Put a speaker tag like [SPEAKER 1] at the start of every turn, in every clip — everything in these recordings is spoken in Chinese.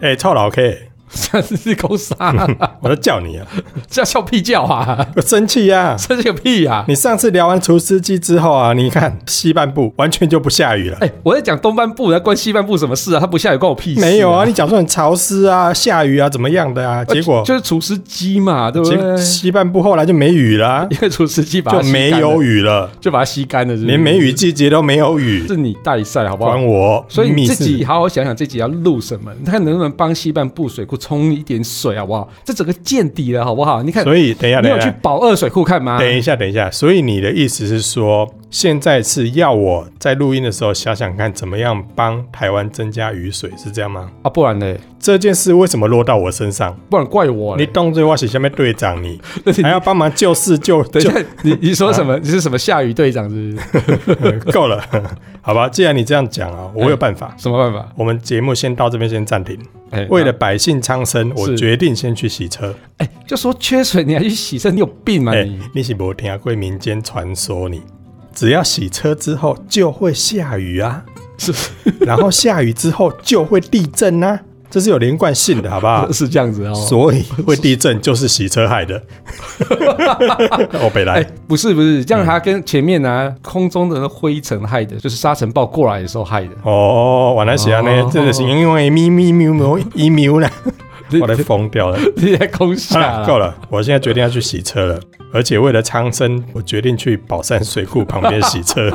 [SPEAKER 1] 哎、臭老 K，
[SPEAKER 2] 这是狗傻，
[SPEAKER 1] 我都叫你啊，
[SPEAKER 2] 这笑屁叫啊，
[SPEAKER 1] 我生气呀、啊！
[SPEAKER 2] 这是个屁啊！
[SPEAKER 1] 你上次聊完厨师机之后啊，你看西半部完全就不下雨了。
[SPEAKER 2] 哎、我在讲东半部，那关西半部什么事啊？他不下雨关我屁事、
[SPEAKER 1] 没有啊，，你讲说很潮湿啊、下雨啊、怎么样的啊，结果
[SPEAKER 2] 呃就是厨师机嘛，对不
[SPEAKER 1] 结
[SPEAKER 2] 对？
[SPEAKER 1] 果西半部后来就没雨啦、
[SPEAKER 2] 因为厨师机把它
[SPEAKER 1] 就
[SPEAKER 2] 吸
[SPEAKER 1] 没
[SPEAKER 2] 干了
[SPEAKER 1] 有，雨了，
[SPEAKER 2] 就把它吸干了是不是
[SPEAKER 1] 连梅雨季节都没有雨，
[SPEAKER 2] 是你带赛好不好
[SPEAKER 1] 管？我，
[SPEAKER 2] 所以你
[SPEAKER 1] 密
[SPEAKER 2] 自
[SPEAKER 1] 室
[SPEAKER 2] 己好好想想，这集要录什么？你看能不能帮西半部水库冲一点水，好不好？这整个见底了，好不好？你看，
[SPEAKER 1] 所以啊等一下，
[SPEAKER 2] 你
[SPEAKER 1] 等
[SPEAKER 2] 有
[SPEAKER 1] 一
[SPEAKER 2] 去
[SPEAKER 1] 下，
[SPEAKER 2] 保二水库看吗？
[SPEAKER 1] 等一下，等一下。所以你的意思是说，现在是要我在录音的时候想想看，怎么样帮台湾增加雨水，是这样吗？
[SPEAKER 2] 啊，不然呢？
[SPEAKER 1] 这件事为什么落到我身上？
[SPEAKER 2] 不然怪我
[SPEAKER 1] 你
[SPEAKER 2] 嘞。
[SPEAKER 1] 动作我是下面队长 你，
[SPEAKER 2] 你
[SPEAKER 1] 还要帮忙救市救
[SPEAKER 2] 等一
[SPEAKER 1] 救
[SPEAKER 2] 下，你你说
[SPEAKER 1] 啊
[SPEAKER 2] 什么？你是什么下雨队长是不是？
[SPEAKER 1] 够 了，好吧？既然你这样讲啊，我有办法。
[SPEAKER 2] 什么办法？
[SPEAKER 1] 我们节目先到这边先暂停，
[SPEAKER 2] 哎
[SPEAKER 1] 为了百姓苍生，我
[SPEAKER 2] 是
[SPEAKER 1] 决定先去洗车。
[SPEAKER 2] 哎，就说缺水你还去洗肾，你有病吗
[SPEAKER 1] 哎、
[SPEAKER 2] 你？
[SPEAKER 1] 你是没听过民间传说你？只要洗车之后就会下雨啊，
[SPEAKER 2] 是？
[SPEAKER 1] 然后下雨之后就会地震啊，这是有连贯性的，好不好
[SPEAKER 2] 是这样 子哦。
[SPEAKER 1] 所以会地震就是洗车害 的。哦，北
[SPEAKER 2] 哎
[SPEAKER 1] 来，，
[SPEAKER 2] 不是不是，这样它跟前面呢空中的那灰尘害的，就是沙尘暴过来的时候害的。
[SPEAKER 1] 哦，原来是安
[SPEAKER 2] 哦
[SPEAKER 1] 尼，真的是因为咪咪喵喵一喵啦，我都疯掉了。
[SPEAKER 2] 你在空下
[SPEAKER 1] 好了，
[SPEAKER 2] 啦
[SPEAKER 1] 啊够了，我现在决定要去洗车了，而且为了苍生，我决定去宝山水库旁边洗车，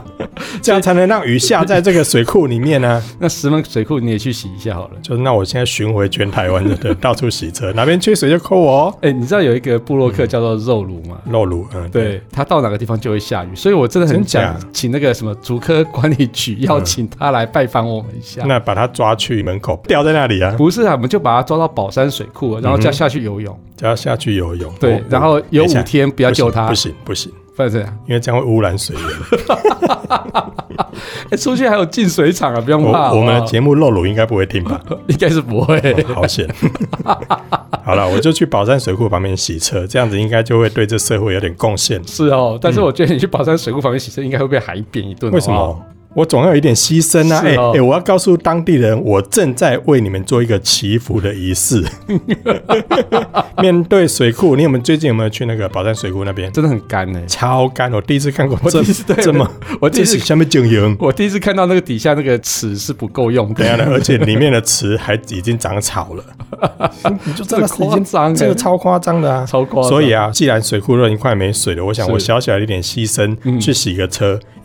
[SPEAKER 1] 这样才能让雨下在这个水库里面呢、
[SPEAKER 2] 那石门水库你也去洗一下好了。
[SPEAKER 1] 就是那我现在巡回全台湾的到处洗车，哪边缺水就扣我哦。
[SPEAKER 2] 哎、你知道有一个部落客叫做肉炉吗？
[SPEAKER 1] 露乳，嗯，
[SPEAKER 2] 对他到哪个地方就会下雨，所以我真的很
[SPEAKER 1] 真假
[SPEAKER 2] 想请那个什么竹科管理局邀请他来拜访我们一下。
[SPEAKER 1] 那把他抓去门口吊在那里啊，
[SPEAKER 2] 不是啊，我们就把他抓到宝山水库，然后叫下去游泳。
[SPEAKER 1] 叫他下去游泳。
[SPEAKER 2] 对
[SPEAKER 1] 哦，
[SPEAKER 2] 然后有
[SPEAKER 1] 嗯等一下
[SPEAKER 2] 五天不要救他
[SPEAKER 1] 不，行不行，不行
[SPEAKER 2] 不然这样。
[SPEAKER 1] 因为这样会污染水源。
[SPEAKER 2] 哎、出去还有进水厂啊，不用怕。
[SPEAKER 1] 我我们
[SPEAKER 2] 好
[SPEAKER 1] 的
[SPEAKER 2] 不好
[SPEAKER 1] 节目露乳应该不会听吧？
[SPEAKER 2] 应该是不会。
[SPEAKER 1] 好险！好了，我就去宝山水库旁边洗车，这样子应该就会对这社会有点贡献。
[SPEAKER 2] 是哦，但是我觉得你去宝山水库旁边洗车，应该会被海扁一顿。
[SPEAKER 1] 嗯为什
[SPEAKER 2] 好不好？
[SPEAKER 1] 么？我总要有一点牺牲啊！
[SPEAKER 2] 哦是
[SPEAKER 1] 哎哎、
[SPEAKER 2] 哦
[SPEAKER 1] 我要告诉当地人，我正在为你们做一个祈福的仪式。 面对水库，你有没有最近有没有去那个宝山水库那边？
[SPEAKER 2] 真的很干欸呢、
[SPEAKER 1] 超干，我第一次看过
[SPEAKER 2] 我
[SPEAKER 1] 这
[SPEAKER 2] 第一次对
[SPEAKER 1] 这么，
[SPEAKER 2] 我第一次
[SPEAKER 1] 下面经营。
[SPEAKER 2] 我第一次看到那个底下那个尺是不够用
[SPEAKER 1] 等一
[SPEAKER 2] 的，
[SPEAKER 1] 下 呢，而且里面的池还已经长草了，你就真的
[SPEAKER 2] 这个夸张欸
[SPEAKER 1] 这个超夸张的啊！
[SPEAKER 2] 超夸张
[SPEAKER 1] 所以啊，既然水库都已经快没水了，我想
[SPEAKER 2] 是嗯
[SPEAKER 1] 我小小的一点牺牲、去洗个车，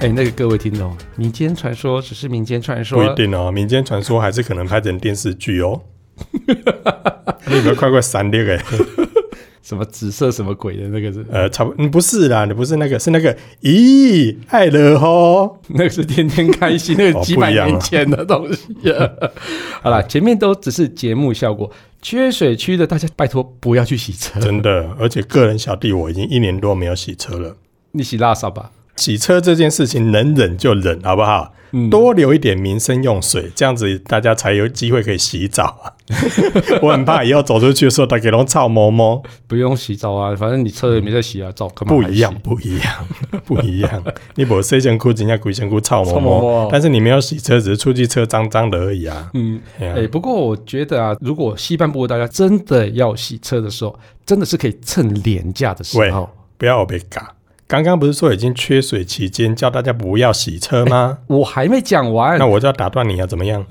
[SPEAKER 2] 哎、那个各位听众，民间传说只是民间传
[SPEAKER 1] 不
[SPEAKER 2] 说，
[SPEAKER 1] 一定哦，民间传说还是可能拍成电视剧哦。 你有没有看过《三六》哎？
[SPEAKER 2] 什么紫色什么鬼的那个是，
[SPEAKER 1] 呃，差不，嗯，不是啦，你不是那个，是那个，咦，爱了哦吼，
[SPEAKER 2] 那个是天天开心，那个
[SPEAKER 1] 哦
[SPEAKER 2] 几
[SPEAKER 1] 不
[SPEAKER 2] 百
[SPEAKER 1] 一样啊
[SPEAKER 2] 年前的东西、 啊。好啦，前面都只是节目效果，缺水区的大家拜托不要去洗车，
[SPEAKER 1] 真的。而且个人小弟我已经一年多没有洗车了，
[SPEAKER 2] 你洗拉萨吧。
[SPEAKER 1] 洗车这件事情能忍就忍，好不好？多留一点民生用水，这样子大家才有机会可以洗澡啊。 我很怕以后走出去的时候，大家都臭摸摸，
[SPEAKER 2] 不用洗澡啊，反正你车也没在洗啊，澡干嘛
[SPEAKER 1] 不
[SPEAKER 2] 还
[SPEAKER 1] 一
[SPEAKER 2] 洗
[SPEAKER 1] 样，不一样，不一样。你不睡前哭，人家鬼前哭臭啊摸
[SPEAKER 2] 臭
[SPEAKER 1] 摸
[SPEAKER 2] 摸摸，
[SPEAKER 1] 但是你没有洗车，只是出去车脏脏的而已啊。
[SPEAKER 2] 嗯，
[SPEAKER 1] 哎呀
[SPEAKER 2] 哎、不过我觉得啊，如果西半部大家真的要洗车的时候，真的是可以趁廉价的时
[SPEAKER 1] 喂
[SPEAKER 2] 候。
[SPEAKER 1] 不要被嘎。刚刚不是说已经缺水期间叫大家不要洗车 吗？
[SPEAKER 2] 我还没讲完
[SPEAKER 1] 那，我就要打断你啊，怎么样？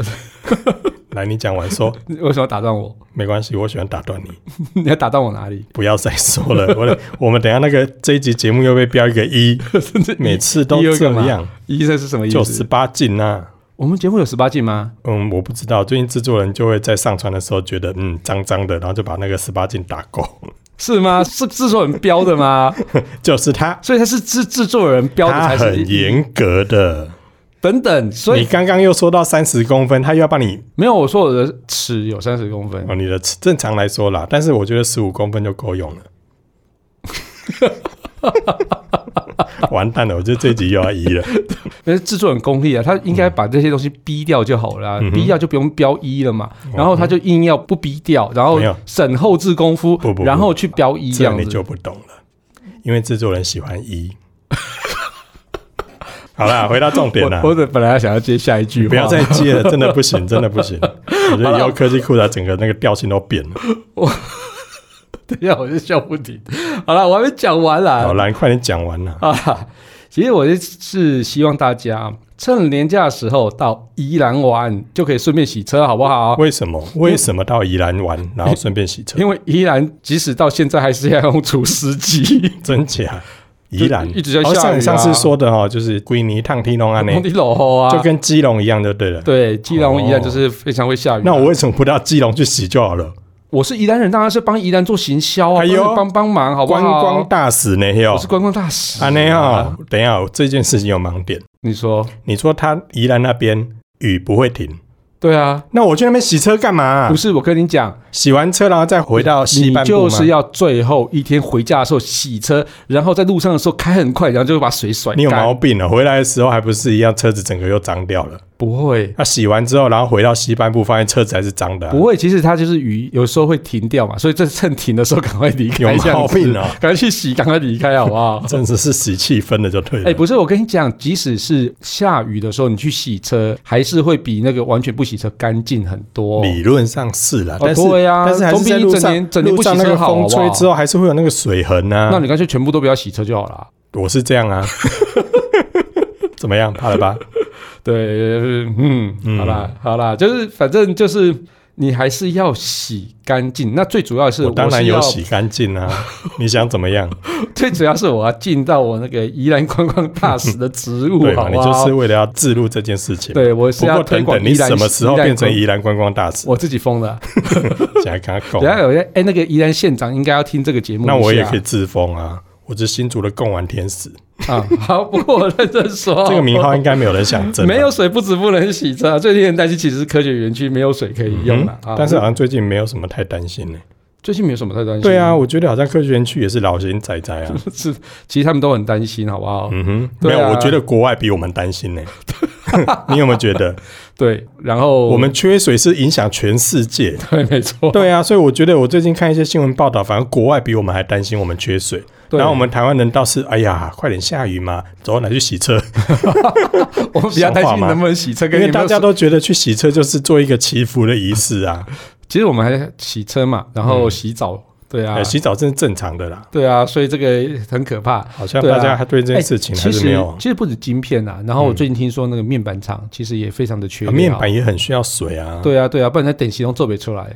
[SPEAKER 1] 来，你讲完说，
[SPEAKER 2] 为什么打断我？
[SPEAKER 1] 没关系，我喜欢打断你，
[SPEAKER 2] 你要打断我哪里？
[SPEAKER 1] 不要再说 了。我的，我们等一下那个这一集节目又被标一个一，
[SPEAKER 2] 甚至
[SPEAKER 1] 每次都
[SPEAKER 2] 一又
[SPEAKER 1] 这
[SPEAKER 2] 干嘛
[SPEAKER 1] 样，
[SPEAKER 2] 医生是什么意思？
[SPEAKER 1] 就十八禁啊。
[SPEAKER 2] 我们节目有十八禁吗？
[SPEAKER 1] 嗯，我不知道，最近制作人就会在上传的时候觉得嗯脏脏的，然后就把那个十八禁打勾，
[SPEAKER 2] 是吗？是制作人标的吗？
[SPEAKER 1] 就是他，
[SPEAKER 2] 所以他是制制作作人标的
[SPEAKER 1] 他
[SPEAKER 2] 才是
[SPEAKER 1] 很严格的。
[SPEAKER 2] 等等，所
[SPEAKER 1] 你
[SPEAKER 2] 以
[SPEAKER 1] 刚刚又说到三十公分，他又要帮你
[SPEAKER 2] 没有我说我的尺有三十公分，
[SPEAKER 1] 哦，你的尺正常来说啦，但是我觉得十五公分就够用了。 完蛋了，我觉得这一集又要一 了。
[SPEAKER 2] 那制作很功利啊，他应该把这些东西逼掉就好了啊、
[SPEAKER 1] 嗯哼哦
[SPEAKER 2] 逼掉就不用标一了嘛。然后他就硬要不逼掉，然后
[SPEAKER 1] 没有
[SPEAKER 2] 省后置功夫，
[SPEAKER 1] 不不不
[SPEAKER 2] 然后去标一这
[SPEAKER 1] 这
[SPEAKER 2] 样
[SPEAKER 1] 你
[SPEAKER 2] 子。
[SPEAKER 1] 就不懂了，因为制作人喜欢一。 好啦，回到重点啦
[SPEAKER 2] 我，我本来想要接下一句
[SPEAKER 1] 啊不
[SPEAKER 2] 话，
[SPEAKER 1] 要再接了，真的不行，真的不行。我觉得以后科技酷宅整个那个调性都变了。
[SPEAKER 2] 等一下我就笑不停。好了，我还没讲完啦。
[SPEAKER 1] 好啦，你快点讲完啦。
[SPEAKER 2] 啊，其实我是希望大家趁年假的时候到宜兰玩，就可以顺便洗车，好不好？
[SPEAKER 1] 为什么？为什么到宜兰玩，然后顺便洗车？
[SPEAKER 2] 因为宜兰即使到现在还是要用除湿 机，
[SPEAKER 1] 真假？宜兰
[SPEAKER 2] 就一直在
[SPEAKER 1] 哦
[SPEAKER 2] 下雨啊
[SPEAKER 1] 上上次说的哦，就是龟泥烫梯弄啊，那
[SPEAKER 2] 空地落后啊，
[SPEAKER 1] 就跟基隆一样就对了。
[SPEAKER 2] 对，基隆宜兰
[SPEAKER 1] 哦
[SPEAKER 2] 就是非常会下雨啊、
[SPEAKER 1] 那我为什么不到基隆去洗就好了？
[SPEAKER 2] 我是宜兰人，当然是帮宜兰做行销啊，
[SPEAKER 1] 哎呦
[SPEAKER 2] 帮帮帮忙，好不好？
[SPEAKER 1] 观光，大使呢？哟
[SPEAKER 2] 我是，观光大使
[SPEAKER 1] 啊那哦，等一下，这件事情有盲点。
[SPEAKER 2] 你说
[SPEAKER 1] 你说他宜兰那边雨不会停，
[SPEAKER 2] 对啊？
[SPEAKER 1] 那我去那边洗车干嘛啊、
[SPEAKER 2] 不是，我跟你讲，
[SPEAKER 1] 洗完车然后再回到西
[SPEAKER 2] 你
[SPEAKER 1] 半部
[SPEAKER 2] 就
[SPEAKER 1] 吗？
[SPEAKER 2] 是要最后一天回家的时候洗车，然后在路上的时候开很快，然后就会把水甩干。
[SPEAKER 1] 你有毛病了、啊回来的时候还不是一样，车子整个又脏掉了。
[SPEAKER 2] 不会，
[SPEAKER 1] 那、洗完之后，然后回到西半部，发现车子还是脏的啊、
[SPEAKER 2] 不会，其实它就是雨，有时候会停掉嘛，所以这趁停的时候赶快离开，
[SPEAKER 1] 有
[SPEAKER 2] 这样
[SPEAKER 1] 毛
[SPEAKER 2] 子
[SPEAKER 1] 病啊？
[SPEAKER 2] 赶快去洗，赶快离开，好不好
[SPEAKER 1] 真的是洗气氛的就对了。
[SPEAKER 2] 哎、不是，我跟你讲，即使是下雨的时候，你去洗车，还是会比那个完全不洗车干净很多。
[SPEAKER 1] 理论上是啦，
[SPEAKER 2] 哦
[SPEAKER 1] 但是、
[SPEAKER 2] 对啊
[SPEAKER 1] 但是还是
[SPEAKER 2] 总比
[SPEAKER 1] 在
[SPEAKER 2] 你
[SPEAKER 1] 路
[SPEAKER 2] 整
[SPEAKER 1] 上
[SPEAKER 2] 年整年
[SPEAKER 1] 路
[SPEAKER 2] 不洗
[SPEAKER 1] 上那
[SPEAKER 2] 车
[SPEAKER 1] 个
[SPEAKER 2] 好
[SPEAKER 1] 风
[SPEAKER 2] 好不
[SPEAKER 1] 吹
[SPEAKER 2] 好
[SPEAKER 1] 之后还是会有那个水痕啊。
[SPEAKER 2] 那你干脆全部都不要洗车就好了。
[SPEAKER 1] 我是这样 啊，怎么样？怕了吧？
[SPEAKER 2] 对，嗯，好啦，好啦，就是反正就是你还是要洗干净。那最主要的是
[SPEAKER 1] 我当然
[SPEAKER 2] 是
[SPEAKER 1] 有
[SPEAKER 2] 要，
[SPEAKER 1] 洗干净啊。你想怎么样？
[SPEAKER 2] 最主要是我要尽到我那个宜兰观光大使的职 务，
[SPEAKER 1] 对
[SPEAKER 2] 好
[SPEAKER 1] 吧？你
[SPEAKER 2] 不
[SPEAKER 1] 就
[SPEAKER 2] 好
[SPEAKER 1] 是？为了要自录这件事情。
[SPEAKER 2] 对，我是
[SPEAKER 1] 不
[SPEAKER 2] 要
[SPEAKER 1] 过
[SPEAKER 2] 推
[SPEAKER 1] 等
[SPEAKER 2] 广
[SPEAKER 1] 等，
[SPEAKER 2] 宜
[SPEAKER 1] 你
[SPEAKER 2] 兰，
[SPEAKER 1] 什么时候变成
[SPEAKER 2] 宜兰
[SPEAKER 1] 宜兰观光大使
[SPEAKER 2] 观？？我自己封的。
[SPEAKER 1] 想要跟他
[SPEAKER 2] 等
[SPEAKER 1] 共
[SPEAKER 2] 一，下有些哎，那个宜兰县长应该要听这个节目一下，
[SPEAKER 1] 那我也可以自封啊。我是新竹的贡丸天使，
[SPEAKER 2] 啊。好，不过我认真说，
[SPEAKER 1] 这个名号应该没有人想争。
[SPEAKER 2] 没有，水不止不能洗车啊，最令人担心其实是科学园区没有水可以用
[SPEAKER 1] 嗯
[SPEAKER 2] 了啊。
[SPEAKER 1] 但是好像最近没有什么太担心呢。
[SPEAKER 2] 最近没有什么太担心。
[SPEAKER 1] 对啊，，我觉得好像科学园区也是老型仔仔啊。
[SPEAKER 2] 是，其实他们都很担心，好不好？
[SPEAKER 1] 嗯哼，没
[SPEAKER 2] 对啊
[SPEAKER 1] 有，我觉得国外比我们担心呢。 你有没有觉 得
[SPEAKER 2] 对，然后
[SPEAKER 1] 我们缺水是影响全世界？
[SPEAKER 2] 对， 没错，
[SPEAKER 1] 对啊，所以我觉得我最近看一些新闻报道，反正国外比我们还担心我们缺水，
[SPEAKER 2] 对
[SPEAKER 1] 然后我们台湾人倒是哎呀，快点下雨嘛，走，拿去洗 车，
[SPEAKER 2] 我们比较担心能不能洗车，
[SPEAKER 1] 因
[SPEAKER 2] 跟
[SPEAKER 1] 为
[SPEAKER 2] 有没
[SPEAKER 1] 大
[SPEAKER 2] 有
[SPEAKER 1] 家都觉得去洗车就是做一个祈福的仪式啊，
[SPEAKER 2] 其实我们还在洗车嘛，然后洗澡，对 啊
[SPEAKER 1] 呃，嗯洗澡真是正常的啦。
[SPEAKER 2] 对啊，所以这个很可怕。
[SPEAKER 1] 好像
[SPEAKER 2] 对啊
[SPEAKER 1] 大家还对这件哦
[SPEAKER 2] 哎
[SPEAKER 1] 事情还
[SPEAKER 2] 其
[SPEAKER 1] 是
[SPEAKER 2] 实
[SPEAKER 1] 没有，
[SPEAKER 2] 其实不止晶片啊，然后我最近听说那个面板厂其实也非常的缺
[SPEAKER 1] 啊
[SPEAKER 2] 料
[SPEAKER 1] 面板也很需要水啊，
[SPEAKER 2] 对啊，对啊，不然它等形容做不出来。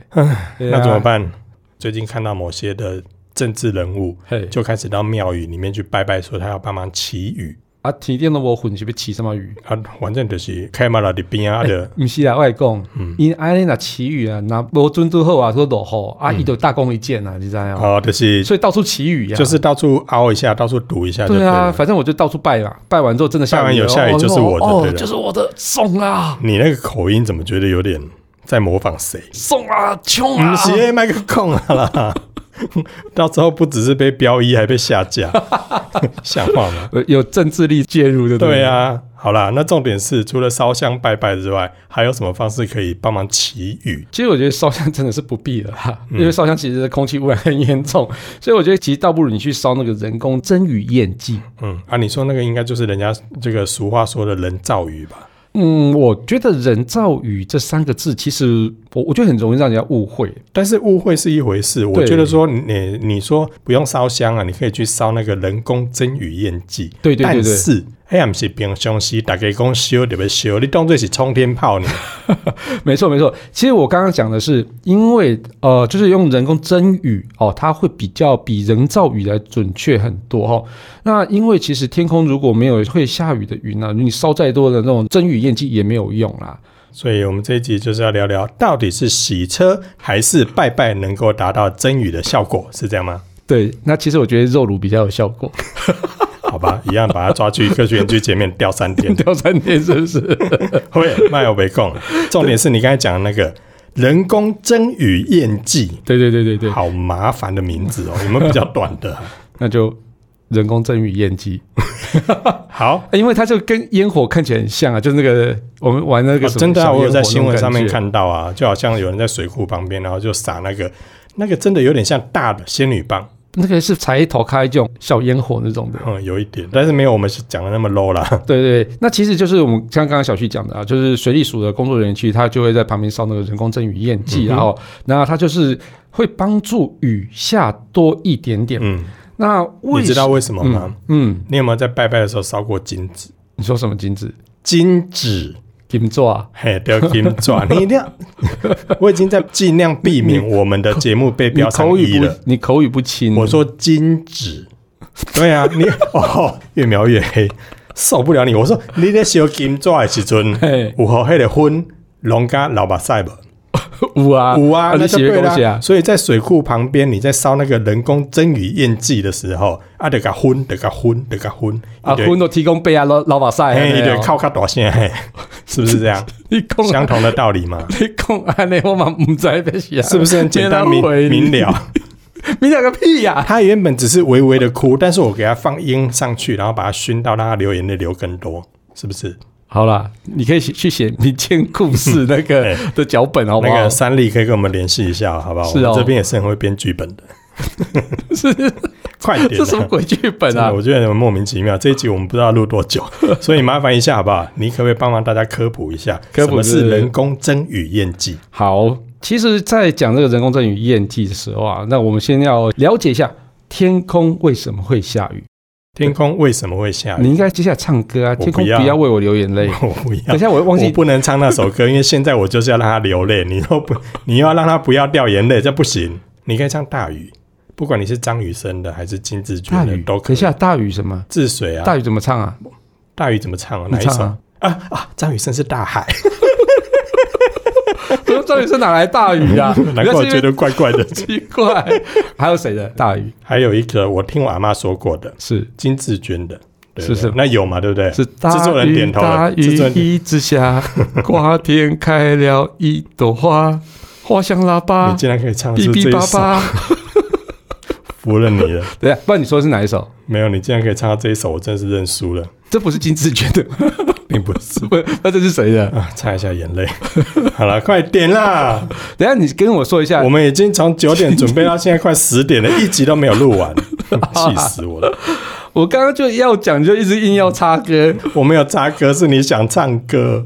[SPEAKER 2] 对啊
[SPEAKER 1] 那怎么？办？最近看到某些的政治人物
[SPEAKER 2] 嘿，
[SPEAKER 1] 就开始到庙宇里面去拜拜，说他要帮忙祈雨，
[SPEAKER 2] 啊，停电了，我混是不是起什么雨？
[SPEAKER 1] 啊，反正就是开马拉的边啊的，
[SPEAKER 2] 不是啊，我跟你讲，
[SPEAKER 1] 嗯
[SPEAKER 2] 因安尼那祈雨啊，那无准拄好啊，说落雨啊，伊就大功一件啊，你知道吗？
[SPEAKER 1] 嗯哦，就是
[SPEAKER 2] 所以到处祈雨呀，
[SPEAKER 1] 就是到处凹一下，到处堵一下就
[SPEAKER 2] 对
[SPEAKER 1] 了
[SPEAKER 2] 啊，。反正我就到处拜嘛，拜完之后真的下雨了，
[SPEAKER 1] 拜完有下雨
[SPEAKER 2] 哦
[SPEAKER 1] 就是我的
[SPEAKER 2] 哦
[SPEAKER 1] 对的
[SPEAKER 2] 就是我的，送啊，
[SPEAKER 1] 你那个口音怎么觉得有点在模仿谁？
[SPEAKER 2] 送啊，冲啊
[SPEAKER 1] 嗯，！斜麦克控啊啦！ 到时候不只是被标一，还被下 架，像话吗？
[SPEAKER 2] 呃有政治力介入的，
[SPEAKER 1] 对，啊，好啦，那重点是除了烧香拜拜之外，还有什么方式可以帮忙祈雨？
[SPEAKER 2] 其实我觉得烧香真的是不必了啦，
[SPEAKER 1] 嗯
[SPEAKER 2] 因为烧香其实空气污染很严重，所以我觉得其实倒不如你去烧那个人工蒸雨焰剂。
[SPEAKER 1] 嗯啊，你说那个应该就是人家这个俗话说的人造雨吧？
[SPEAKER 2] 嗯，我觉得人造雨这三个字，其实我我觉得很容易让人家误会。
[SPEAKER 1] 但是误会是一回事，我
[SPEAKER 2] 对
[SPEAKER 1] 觉得说你你说不用烧香啊，你可以去烧那个人工蒸雨焰剂。
[SPEAKER 2] 对对对
[SPEAKER 1] 但
[SPEAKER 2] 对，
[SPEAKER 1] 是哎呀，不是平常时大家讲烧特别烧，你当做是冲天炮 呢？
[SPEAKER 2] 没错没错。其实我刚刚讲的是，因为呃，就是用人工蒸雨哦，它会比较比人造雨来准确很多哈、哦。那因为其实天空如果没有会下雨的云呢、你烧再多的那种蒸雨焰剂也没有用啦。
[SPEAKER 1] 所以我们这一集就是要聊聊，到底是洗车还是拜拜能够达到蒸雨的效果，是这样吗？
[SPEAKER 2] 对，那其实我觉得肉炉比较有效果。。
[SPEAKER 1] 好吧， 一样把他抓去科学园区前面吊三天
[SPEAKER 2] 掉三天是不是？
[SPEAKER 1] 会，那有没供。重点是你刚才讲的那个人工蒸羽燕剂，
[SPEAKER 2] 对对对对对，
[SPEAKER 1] 好麻烦的名字哦，有没有比较短 的？
[SPEAKER 2] 那就人工蒸羽烟机，哎
[SPEAKER 1] 好，
[SPEAKER 2] 因为它就跟烟火看起来很像啊，就是那个我们玩那个
[SPEAKER 1] 哦
[SPEAKER 2] 什么、
[SPEAKER 1] 真的、啊，我有在新闻上面，看到啊，就好像有人在水库旁边，然后就撒那个，那个真的有点像大的仙女棒，
[SPEAKER 2] 那个是才头开这种小烟火那种的。
[SPEAKER 1] 嗯，有一点，但是没有我们讲的那么 low 啦。
[SPEAKER 2] 对对，对那其实就是我们像刚刚小旭讲的啊，就是水利署的工作人员去，他就会在旁边烧那个人工蒸雨焰剂，
[SPEAKER 1] 嗯哼
[SPEAKER 2] 然后那他就是会帮助雨下多一点点。
[SPEAKER 1] 嗯，
[SPEAKER 2] 那为
[SPEAKER 1] 你知道为什么
[SPEAKER 2] 什
[SPEAKER 1] 吗？
[SPEAKER 2] 么？嗯，嗯
[SPEAKER 1] 你有没有在拜拜的时候烧过金纸？
[SPEAKER 2] 你说什么金子？
[SPEAKER 1] 金纸。
[SPEAKER 2] 金座啊？
[SPEAKER 1] 嘿，丢金 钻，你一定要！ 我已经在尽量避免我们的节目被
[SPEAKER 2] 你
[SPEAKER 1] 标上
[SPEAKER 2] 口
[SPEAKER 1] 一
[SPEAKER 2] 语
[SPEAKER 1] 了
[SPEAKER 2] 不。，你口语不清。
[SPEAKER 1] 我说金纸，嗯对 啊，你哦，越描越黑，受不了你！我说你在烧金纸的时阵，
[SPEAKER 2] 嘿，
[SPEAKER 1] 有和迄个婚龙家老目屎无？
[SPEAKER 2] 五啊
[SPEAKER 1] 有啊，那
[SPEAKER 2] 你
[SPEAKER 1] 就
[SPEAKER 2] 写
[SPEAKER 1] 对
[SPEAKER 2] 东西
[SPEAKER 1] 啦。
[SPEAKER 2] 啊？
[SPEAKER 1] 所以在水库旁边，你在烧那个人工蒸鱼宴剂的时候，啊，得个昏，得个昏，得个昏，
[SPEAKER 2] 啊，
[SPEAKER 1] 他就
[SPEAKER 2] 婚都提供贝啊，老老把赛，
[SPEAKER 1] 嘿，
[SPEAKER 2] 你
[SPEAKER 1] 对，靠靠大声，嘿，是不是这 样？
[SPEAKER 2] 你讲
[SPEAKER 1] 相同的道理嘛，
[SPEAKER 2] 你讲安尼，我嘛唔知要写，
[SPEAKER 1] 是不是很简 单明明？了？
[SPEAKER 2] 明了个屁 呀！
[SPEAKER 1] 他原本只是微微的哭，但是我给他放音上去，然后把他熏到，让他流眼泪流更多，是不是？
[SPEAKER 2] 好啦，你可以去写民间故事那 个的脚本，好不
[SPEAKER 1] 哎那
[SPEAKER 2] 好
[SPEAKER 1] 个？三立可以跟我们联系一下，好不好？
[SPEAKER 2] 是
[SPEAKER 1] 我们
[SPEAKER 2] 哦
[SPEAKER 1] 这边也是很会编剧本的，
[SPEAKER 2] 是
[SPEAKER 1] 快点啊！
[SPEAKER 2] 这什么鬼剧本
[SPEAKER 1] 真
[SPEAKER 2] 啊
[SPEAKER 1] 的，？我觉得很莫名其妙。这一集我们不知道录多 久，所以麻烦一下好不好？你可不可以帮忙大家科普一下，
[SPEAKER 2] 科普
[SPEAKER 1] 什么
[SPEAKER 2] 是
[SPEAKER 1] 是人工蒸雨燕剂？
[SPEAKER 2] 好，其实，在讲这个人工阵雨验剂的时候啊，那我们先要了解一下天空为什么会下雨。
[SPEAKER 1] 天空为什么会下
[SPEAKER 2] 你
[SPEAKER 1] 雨？
[SPEAKER 2] 应该接下来唱歌啊，
[SPEAKER 1] 哎不
[SPEAKER 2] 天空不
[SPEAKER 1] 要
[SPEAKER 2] 要为我流 眼泪。
[SPEAKER 1] 我不
[SPEAKER 2] 等
[SPEAKER 1] 要
[SPEAKER 2] 一。下，我会忘
[SPEAKER 1] 我
[SPEAKER 2] 记
[SPEAKER 1] 不能唱那首歌，因为现在我就是要让他流泪。你又不， 你又要让他不要掉眼泪，这不行。你可以唱大雨，不管你是张雨生的还是金志娟
[SPEAKER 2] 大
[SPEAKER 1] 的
[SPEAKER 2] 雨。
[SPEAKER 1] 都
[SPEAKER 2] 等
[SPEAKER 1] 可
[SPEAKER 2] 一
[SPEAKER 1] 以。
[SPEAKER 2] 下，大雨什么？
[SPEAKER 1] 治水啊，
[SPEAKER 2] 大雨怎么唱啊？
[SPEAKER 1] 大雨怎么唱啊？
[SPEAKER 2] 你
[SPEAKER 1] 哪一
[SPEAKER 2] 唱
[SPEAKER 1] 首
[SPEAKER 2] 啊？
[SPEAKER 1] 啊啊！张雨生是大 海，？
[SPEAKER 2] 我说到底是哪来大雨啊
[SPEAKER 1] 难怪我觉
[SPEAKER 2] 得
[SPEAKER 1] 得怪怪的。
[SPEAKER 2] 奇怪。还有谁的大雨？
[SPEAKER 1] 还有一个我听我阿妈说过的，
[SPEAKER 2] 是
[SPEAKER 1] 金志娟的，对
[SPEAKER 2] 是
[SPEAKER 1] 不对
[SPEAKER 2] 是
[SPEAKER 1] 那有嘛？对不对？
[SPEAKER 2] 是
[SPEAKER 1] 制作
[SPEAKER 2] 大
[SPEAKER 1] 人点
[SPEAKER 2] 雨
[SPEAKER 1] 头了
[SPEAKER 2] 大
[SPEAKER 1] 制作人
[SPEAKER 2] 雨一直下， 瓜田开了一朵花，花香喇
[SPEAKER 1] 你
[SPEAKER 2] 叭，
[SPEAKER 1] 竟然可以唱
[SPEAKER 2] 哔
[SPEAKER 1] 出这
[SPEAKER 2] 哔
[SPEAKER 1] 一
[SPEAKER 2] 叭
[SPEAKER 1] 首，
[SPEAKER 2] 叭。
[SPEAKER 1] 服了你了。
[SPEAKER 2] 等一下，不然你说是哪一首？
[SPEAKER 1] 没有，你竟然可以唱到这一首，我真是认输了，
[SPEAKER 2] 这不是金志娟的，
[SPEAKER 1] 并不是
[SPEAKER 2] 不，那这是谁的？
[SPEAKER 1] 啊，擦一下眼 泪。好了，快点啦！
[SPEAKER 2] 等一下你跟我说一下
[SPEAKER 1] 我。们已经从九点准备到现在快十 点了，一集都没有录完，气死我了！
[SPEAKER 2] 我刚刚就要讲，就一直硬要插歌。
[SPEAKER 1] 我没有插歌，是你想唱歌。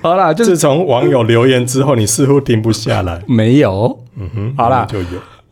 [SPEAKER 2] 好啦，就是
[SPEAKER 1] 自从网友留言之后，你似乎停不下来。
[SPEAKER 2] 没有。
[SPEAKER 1] 嗯哼，
[SPEAKER 2] 好啦
[SPEAKER 1] 就有。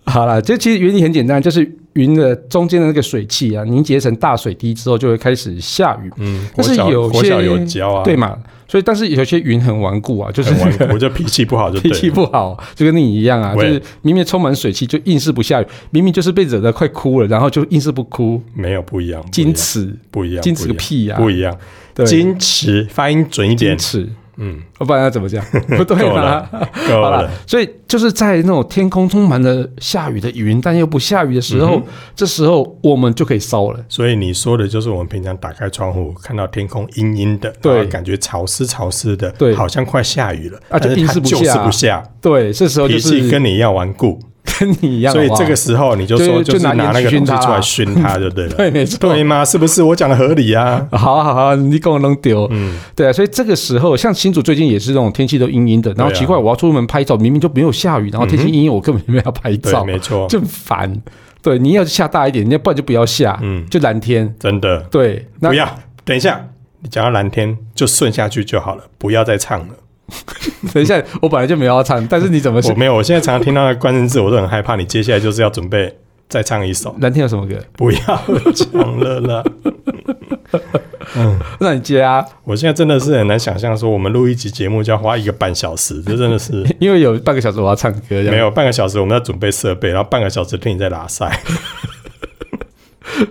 [SPEAKER 2] 好啦，这其实原理很简单，就是云的中间的那个水汽啊，凝结成大水滴之后，就会开始下雨。
[SPEAKER 1] 嗯，
[SPEAKER 2] 但是
[SPEAKER 1] 国小
[SPEAKER 2] 有
[SPEAKER 1] 国小
[SPEAKER 2] 些
[SPEAKER 1] 有教啊，
[SPEAKER 2] 对嘛？所以，但是有些云很顽固啊，就是
[SPEAKER 1] 很顽 固，我就脾气不好就对
[SPEAKER 2] 脾
[SPEAKER 1] 了。
[SPEAKER 2] 气不好，就跟你一样啊，就
[SPEAKER 1] 喂
[SPEAKER 2] 是明明充满水汽，就硬是不下雨；明明就是被惹得快哭了，然后就硬是不哭，
[SPEAKER 1] 没有不一样，
[SPEAKER 2] 矜持，
[SPEAKER 1] 不一样，
[SPEAKER 2] 矜持个屁呀、
[SPEAKER 1] 不一样，
[SPEAKER 2] 对
[SPEAKER 1] 矜持，发音准一点
[SPEAKER 2] 矜。持，
[SPEAKER 1] 嗯，
[SPEAKER 2] 要不然要怎 么讲？不对
[SPEAKER 1] 够
[SPEAKER 2] 啊
[SPEAKER 1] 了。够
[SPEAKER 2] 好了
[SPEAKER 1] 了。，
[SPEAKER 2] 所以就是在那种天空充满了下雨的云，但又不下雨的时
[SPEAKER 1] 嗯
[SPEAKER 2] 候，这时候我们就可以烧了。
[SPEAKER 1] 所以你说的就是我们平常打开窗户看到天空阴阴的，
[SPEAKER 2] 对
[SPEAKER 1] 然后感觉潮湿潮湿的，
[SPEAKER 2] 对
[SPEAKER 1] 好像快下雨了，
[SPEAKER 2] 啊就
[SPEAKER 1] 但是
[SPEAKER 2] 硬
[SPEAKER 1] 它
[SPEAKER 2] 是不
[SPEAKER 1] 就是
[SPEAKER 2] 下
[SPEAKER 1] 不下，
[SPEAKER 2] 对，这时候就
[SPEAKER 1] 脾气
[SPEAKER 2] 是
[SPEAKER 1] 跟你一样顽固，
[SPEAKER 2] 跟你一样好
[SPEAKER 1] 所以
[SPEAKER 2] 不好，
[SPEAKER 1] 这个时候你就说
[SPEAKER 2] 就
[SPEAKER 1] 就是
[SPEAKER 2] 就拿
[SPEAKER 1] 拿那个
[SPEAKER 2] 烟熏
[SPEAKER 1] 东西
[SPEAKER 2] 它
[SPEAKER 1] 出来
[SPEAKER 2] 啦
[SPEAKER 1] 熏它就对了，
[SPEAKER 2] 对，没错，
[SPEAKER 1] 对吗？是不是？我讲的合理 啊？
[SPEAKER 2] 好啊好啊，你跟我弄丢，嗯，对啊，所以这个时候，像新竹最近也是这种天气都阴阴的，然后
[SPEAKER 1] 对啊嗯
[SPEAKER 2] 奇怪，我要出门拍照，明明就没有下雨，然后天气阴阴，我根本就没有拍
[SPEAKER 1] 对，
[SPEAKER 2] 照，
[SPEAKER 1] 没错，
[SPEAKER 2] 就很烦。对，你要下大一点，你要不然就不要下，
[SPEAKER 1] 嗯
[SPEAKER 2] 就蓝天。
[SPEAKER 1] 真的
[SPEAKER 2] 对，那
[SPEAKER 1] 不要。等一下，你讲到蓝天就顺下去就好了，不要再唱了。
[SPEAKER 2] 等一下，我本来就没有要唱，但是你怎么
[SPEAKER 1] 我
[SPEAKER 2] 是
[SPEAKER 1] 没有，我现在常常听到那个关键字，我都很害怕。你接下来就是要准备再唱一首，
[SPEAKER 2] 蓝天有什么歌？
[SPEAKER 1] 不要唱了啦。
[SPEAKER 2] 那你接啊，
[SPEAKER 1] 我现在真的是很难想象，说我们录一集节目就要花一个半小时，这真的是
[SPEAKER 2] 因为有半个小时我要唱歌，这样
[SPEAKER 1] 没有半个小时，我们要准备设备，然后半个小时听你在拉 塞。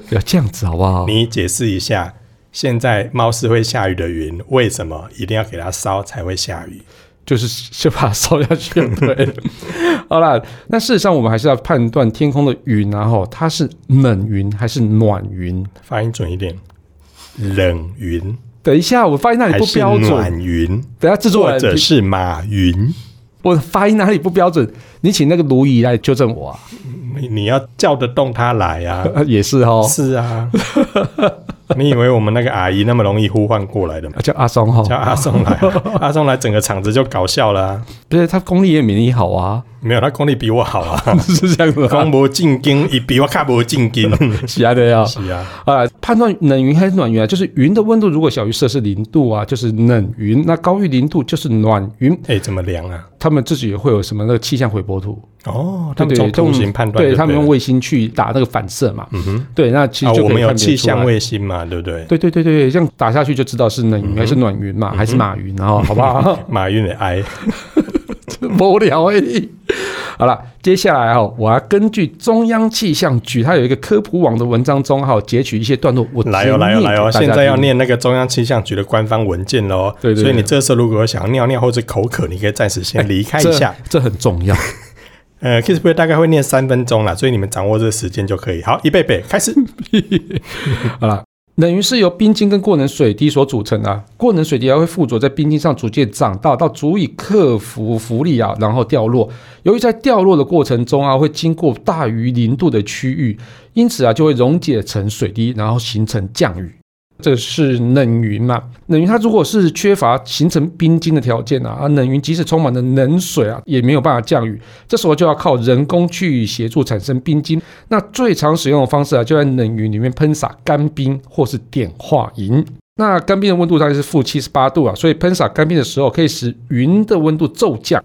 [SPEAKER 2] 不要这样子好不好？
[SPEAKER 1] 你解释一下，现在貌似会下雨的云，为什么一定要给它烧才会下雨？
[SPEAKER 2] 就是就把它烧下去就对 了。好啦，那事实上我们还是要判断天空的云、啊，然后它是冷云还是暖云。
[SPEAKER 1] 发音准一点，冷云
[SPEAKER 2] 等一下，我发音哪里
[SPEAKER 1] 还
[SPEAKER 2] 哎不
[SPEAKER 1] 是
[SPEAKER 2] 标准？
[SPEAKER 1] 暖云，
[SPEAKER 2] 等一下制作
[SPEAKER 1] 或
[SPEAKER 2] 人
[SPEAKER 1] 者是马云？
[SPEAKER 2] 我发音哪里不标准？你请那个卢怡来纠正我啊！
[SPEAKER 1] 你你要叫得动他来啊！
[SPEAKER 2] 也是哦，
[SPEAKER 1] 是啊，你以为我们那个阿姨那么容易呼唤过来的吗？
[SPEAKER 2] 叫阿松哈、
[SPEAKER 1] 叫阿宋来 啊、阿宋来，整个场子就搞笑了、啊。
[SPEAKER 2] 不是他功力也比你好啊，
[SPEAKER 1] 没有，他功力比我好啊，
[SPEAKER 2] 是这样子吗？
[SPEAKER 1] 功无进京，伊比我卡无进 京。
[SPEAKER 2] 喜爱 的呀。
[SPEAKER 1] 是啊，
[SPEAKER 2] 啊，判断冷云还是暖云啊，就是云的温度如果小于摄氏零度啊，就是冷云；那高于零度就是暖云。
[SPEAKER 1] 哎、怎么量啊？
[SPEAKER 2] 他们自己也会有什么那个气象回波图，
[SPEAKER 1] 哦，他们
[SPEAKER 2] 对
[SPEAKER 1] 从
[SPEAKER 2] 对他
[SPEAKER 1] 图
[SPEAKER 2] 们
[SPEAKER 1] 形判断就
[SPEAKER 2] 对
[SPEAKER 1] 了，
[SPEAKER 2] 他们用卫星去打那个反射嘛。嗯哼，对，那其
[SPEAKER 1] 啊，
[SPEAKER 2] 实就
[SPEAKER 1] 我
[SPEAKER 2] 可以
[SPEAKER 1] 们有
[SPEAKER 2] 看
[SPEAKER 1] 气
[SPEAKER 2] 别出来
[SPEAKER 1] 象。卫星嗯嘛，对不对？
[SPEAKER 2] 对对对对，这样打下去就知道是冷云还是暖云嘛，还是马云，然后好不好？
[SPEAKER 1] 马云的哀，
[SPEAKER 2] 无聊哎、欸。 好了，接下来哈、哦，我要根据中央气象局它有一个科普网的文章中哈、截取一些段落，我
[SPEAKER 1] 来哦来哦
[SPEAKER 2] 念
[SPEAKER 1] 来
[SPEAKER 2] 给
[SPEAKER 1] 哦！
[SPEAKER 2] 大家
[SPEAKER 1] 现在要
[SPEAKER 2] 听。
[SPEAKER 1] 念那个中央气象局的官方文件喽。
[SPEAKER 2] 对对对
[SPEAKER 1] 所以你这时候如果想尿尿或者口渴，你可以暂时先离开一下。
[SPEAKER 2] 这，这很重要。
[SPEAKER 1] 呃，Kissplay 大概会念三分钟啦，所以你们掌握这时间就可以。好，一贝贝开始。
[SPEAKER 2] 好了，冷云是由冰晶跟过冷水滴所组成的啊、过冷水滴还会附着在冰晶上逐渐长大，到足以克服浮力啊，然后掉落。由于在掉落的过程中啊，会经过大于零度的区域，因此啊就会溶解成水滴，然后形成降雨。这是冷云嘛？冷云它如果是缺乏形成冰晶的条件啊，啊，冷云即使充满了冷水啊，也没有办法降雨。这时候就要靠人工去协助产生冰晶。那最常使用的方式啊，就在冷云里面喷洒干冰或是碘化银。那干冰的温度大概是负七十八度啊，所以喷洒干冰的时候可以使云的温度骤降。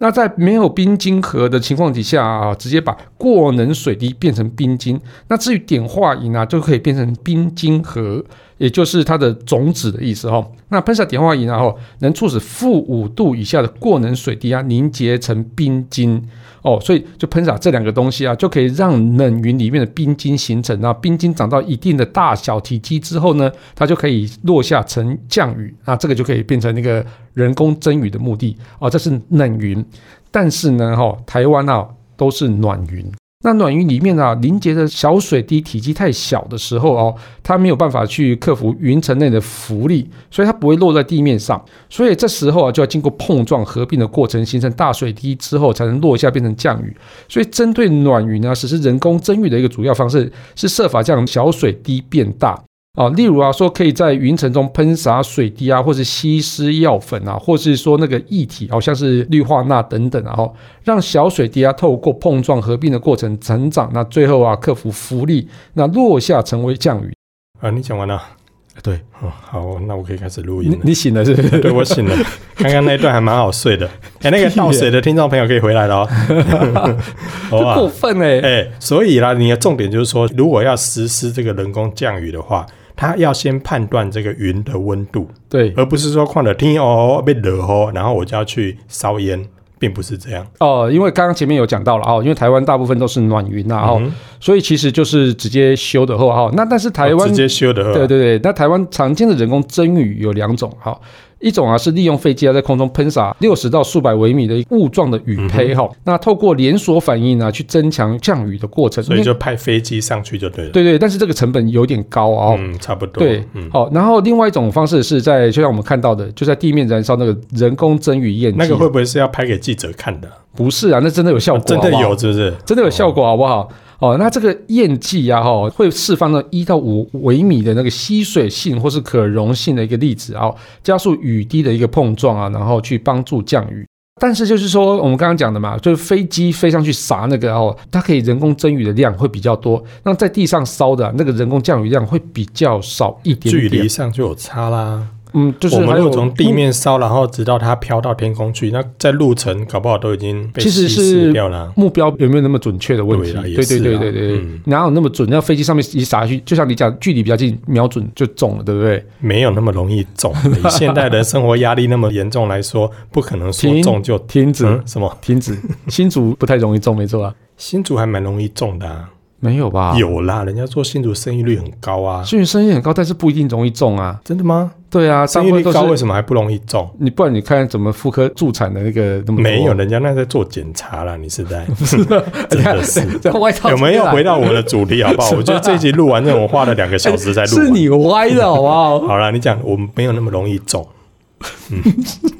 [SPEAKER 2] 那在没有冰晶盒的情况底下啊，直接把过冷水滴变成冰晶。那至于碘化银啊，就可以变成冰晶核，也就是它的种子的意思哈、那喷洒碘化银啊，吼能促使负五度以下的过冷水滴啊凝结成冰晶哦，所以就喷洒这两个东西啊，就可以让冷云里面的冰晶形成。那冰晶长到一定的大小体积之后呢，它就可以落下成降雨啊，这个就可以变成那个人工增雨的目的哦，这是冷云。但是呢，哈、台湾啊都是暖云。那暖云里面啊，凝结的小水滴体积太小的时候哦，它没有办法去克服云层内的浮力，所以它不会落在地面上。所以这时候啊，就要经过碰撞合并的过程，形成大水滴之后，才能落下变成降雨。所以针对暖云呢、实施人工增雨的一个主要方式是设法将小水滴变大。啊，例如啊，说可以在云层中喷洒水滴啊，或是稀释药粉啊，或是说那个液体，好、像是氯化钠等等、啊，然后让小水滴啊透过碰撞合并的过程成长，那最后啊克服浮力，那落下成为降雨。
[SPEAKER 1] 啊，你讲完了。
[SPEAKER 2] 对，
[SPEAKER 1] 哦，好，那我可以开始录音
[SPEAKER 2] 你
[SPEAKER 1] 了。
[SPEAKER 2] 你醒了是不 是？
[SPEAKER 1] 对，我醒了。刚刚那一段还蛮好睡 的。哎、那个倒水的听众朋友可以回来了哦。
[SPEAKER 2] 这
[SPEAKER 1] 哇
[SPEAKER 2] 过分哎、
[SPEAKER 1] 哎、所以啦，你的重点就是说，如果要实施这个人工降雨的话，它要先判断这个云的温度，
[SPEAKER 2] 对
[SPEAKER 1] 而不是说看了天哦被惹哦，然后我就要去烧烟，并不是这样。
[SPEAKER 2] 哦，因为刚刚前面有讲到了哦，因为台湾大部分都是暖云啊
[SPEAKER 1] 嗯
[SPEAKER 2] 哦，所以其实就是直接修的后哦，那但是台湾
[SPEAKER 1] 直接修的哦，
[SPEAKER 2] 对对对，那台湾常见的人工蒸雨有两种哈，一种啊是利用飞机啊在空中喷洒六十到数百微米的雾状的雨
[SPEAKER 1] 嗯
[SPEAKER 2] 胚哈、那透过连锁反应啊去增强降雨的过程，
[SPEAKER 1] 所以
[SPEAKER 2] 因为
[SPEAKER 1] 就派飞机上去就对了。
[SPEAKER 2] 对对，但是这个成本有点高啊哦。
[SPEAKER 1] 嗯，差不多。
[SPEAKER 2] 对，好、然后另外一种方式是在，就像我们看到的，就在地面燃烧那个人工蒸雨焰气，
[SPEAKER 1] 那个会不会是要拍给记者看的？
[SPEAKER 2] 啊不是啊，那真的有效果，
[SPEAKER 1] 真
[SPEAKER 2] 好
[SPEAKER 1] 的
[SPEAKER 2] 不好
[SPEAKER 1] 有，是不是？
[SPEAKER 2] 真的有效果，好不好？哦，那这个焰剂啊，哈，会释放到一到五微米的那个吸水性或是可溶性的一个粒子啊，加速雨滴的一个碰撞啊，然后去帮助降雨。但是就是说，我们刚刚讲的嘛，就是飞机飞上去撒那个哦，它可以人工增雨的量会比较多，那在地上烧的啊、那个人工降雨量会比较少一点
[SPEAKER 1] 距
[SPEAKER 2] 点。
[SPEAKER 1] 离上就有差啦。
[SPEAKER 2] 嗯，就是
[SPEAKER 1] 我们
[SPEAKER 2] 还
[SPEAKER 1] 如
[SPEAKER 2] 有
[SPEAKER 1] 果从地面烧，然后直到它飘到天空去，那在路程搞不好都已经被
[SPEAKER 2] 其实
[SPEAKER 1] 稀
[SPEAKER 2] 是
[SPEAKER 1] 释掉了。
[SPEAKER 2] 目标有没有那么准确的问题？
[SPEAKER 1] 对啦
[SPEAKER 2] 对
[SPEAKER 1] 也是
[SPEAKER 2] 对
[SPEAKER 1] 啊
[SPEAKER 2] 对对对，
[SPEAKER 1] 嗯
[SPEAKER 2] 哪有那么准？那飞机上面一撒下去，就像你讲，距离比较近，瞄准就中了，对不对？
[SPEAKER 1] 没有那么容易 中。以现代人生活压力那么严重来说，不可能说
[SPEAKER 2] 停
[SPEAKER 1] 中就
[SPEAKER 2] 停止，
[SPEAKER 1] 嗯什么。
[SPEAKER 2] 停止。新竹不太容易中，没错啊。
[SPEAKER 1] 新竹还蛮容易中的、啊，
[SPEAKER 2] 没有吧？
[SPEAKER 1] 有啦，人家说新竹生育率很高啊。
[SPEAKER 2] 幸运生意很高，但是不一定容易中啊。
[SPEAKER 1] 真的吗？
[SPEAKER 2] 对啊，大
[SPEAKER 1] 生
[SPEAKER 2] 部
[SPEAKER 1] 育
[SPEAKER 2] 分
[SPEAKER 1] 率
[SPEAKER 2] 都
[SPEAKER 1] 高为
[SPEAKER 2] 是
[SPEAKER 1] 什么还不容易中？
[SPEAKER 2] 你，不然你看怎么妇科助产的那个那么多
[SPEAKER 1] 没有，，人家那在做检查啦，你是 在真的是。
[SPEAKER 2] 在外套
[SPEAKER 1] 有没有回
[SPEAKER 2] 到？
[SPEAKER 1] 到我的主题好 不好？我觉得这一集录完之后，我花了两个小时才录完。
[SPEAKER 2] 是你歪的好不好？
[SPEAKER 1] 好啦，你讲我们没有那么容易中，嗯，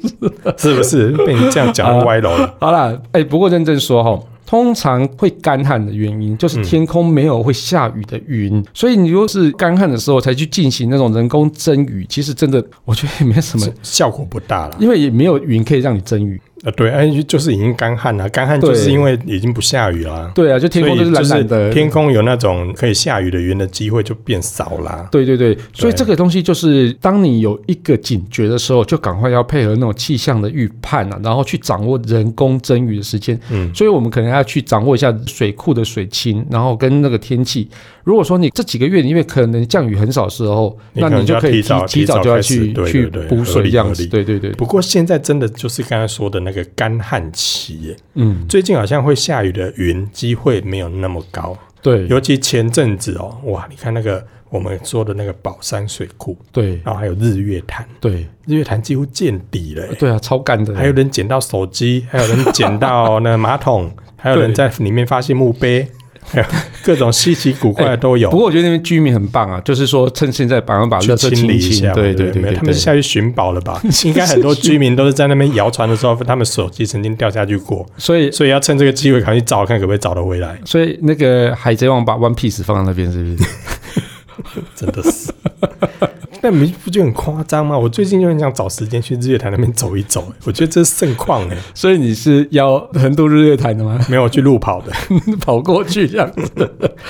[SPEAKER 1] 是不是？被你这样讲歪 楼了。
[SPEAKER 2] 好啦，哎、不过认真说哈，通常会干旱的原因
[SPEAKER 1] 嗯
[SPEAKER 2] 就是天空没有会下雨的云，所以你如果是干旱的时候才去进行那种人工增雨，其实真的我觉得也没什么，
[SPEAKER 1] 效果不大了，
[SPEAKER 2] 因为也没有云可以让你增雨。
[SPEAKER 1] 呃，对，哎，就是已经干旱了，干旱就是因为已经不下雨了，
[SPEAKER 2] 对啊，就天空
[SPEAKER 1] 所
[SPEAKER 2] 都
[SPEAKER 1] 以
[SPEAKER 2] 是蓝蓝的。
[SPEAKER 1] 天空有那种可以下雨的云的机会就变少啦。
[SPEAKER 2] 对对对，所以这个东西就是，当你有一个警觉的时候，就赶快要配合那种气象的预判啊，然后去掌握人工增雨的时间。
[SPEAKER 1] 嗯，
[SPEAKER 2] 所以我们可能要去掌握一下水库的水情，然后跟那个天气。如果说你这几个月因为可能降雨很少的时候，
[SPEAKER 1] 你
[SPEAKER 2] 那
[SPEAKER 1] 可能
[SPEAKER 2] 你就
[SPEAKER 1] 要
[SPEAKER 2] 可以
[SPEAKER 1] 提
[SPEAKER 2] 提
[SPEAKER 1] 早
[SPEAKER 2] 提
[SPEAKER 1] 提早
[SPEAKER 2] 早就要
[SPEAKER 1] 开始
[SPEAKER 2] 去
[SPEAKER 1] 对对
[SPEAKER 2] 去
[SPEAKER 1] 对
[SPEAKER 2] 补
[SPEAKER 1] 合
[SPEAKER 2] 水
[SPEAKER 1] 理
[SPEAKER 2] 这样
[SPEAKER 1] 合
[SPEAKER 2] 子。
[SPEAKER 1] 理
[SPEAKER 2] 对对对，
[SPEAKER 1] 不过现在真的就是刚才说的那个干旱期耶，
[SPEAKER 2] 嗯，
[SPEAKER 1] 最近好像会下雨的云机会没有那么高，
[SPEAKER 2] 对
[SPEAKER 1] 尤其前阵子哦，哇，你看那个我们说的那个宝山水库，
[SPEAKER 2] 对
[SPEAKER 1] 然后还有日月潭，
[SPEAKER 2] 对
[SPEAKER 1] 日月潭几乎见底了、欸，
[SPEAKER 2] 对啊，超干的。
[SPEAKER 1] 还有人捡到手 机，还有人捡到那个马桶，还有人在里面发现墓碑，还有 各种稀奇古怪的都有。
[SPEAKER 2] 哎不过我觉得那边居民很棒啊，就是说趁现在把把
[SPEAKER 1] 去
[SPEAKER 2] 垃圾
[SPEAKER 1] 清理
[SPEAKER 2] 一
[SPEAKER 1] 一
[SPEAKER 2] 清
[SPEAKER 1] 下，，
[SPEAKER 2] 对
[SPEAKER 1] 对
[SPEAKER 2] 对
[SPEAKER 1] 不没
[SPEAKER 2] 对
[SPEAKER 1] 有他们
[SPEAKER 2] 对。
[SPEAKER 1] 下去寻宝了 吧？应该很多居民都是在那边谣传的时候，他们手机曾经掉下去过，
[SPEAKER 2] 所以
[SPEAKER 1] 所以要趁这个机会赶快去找，看可不可以找得回来。
[SPEAKER 2] 所以那个海贼王把 One Piece 放在那边是 不是？
[SPEAKER 1] 真的 是，那你不就很夸张吗？我最近就很想找时间去日月潭那边走一走、欸我觉得这是盛况哎、欸
[SPEAKER 2] 所以你是要横渡日月潭的吗？
[SPEAKER 1] 没有我去路跑的。
[SPEAKER 2] 跑过去这样子，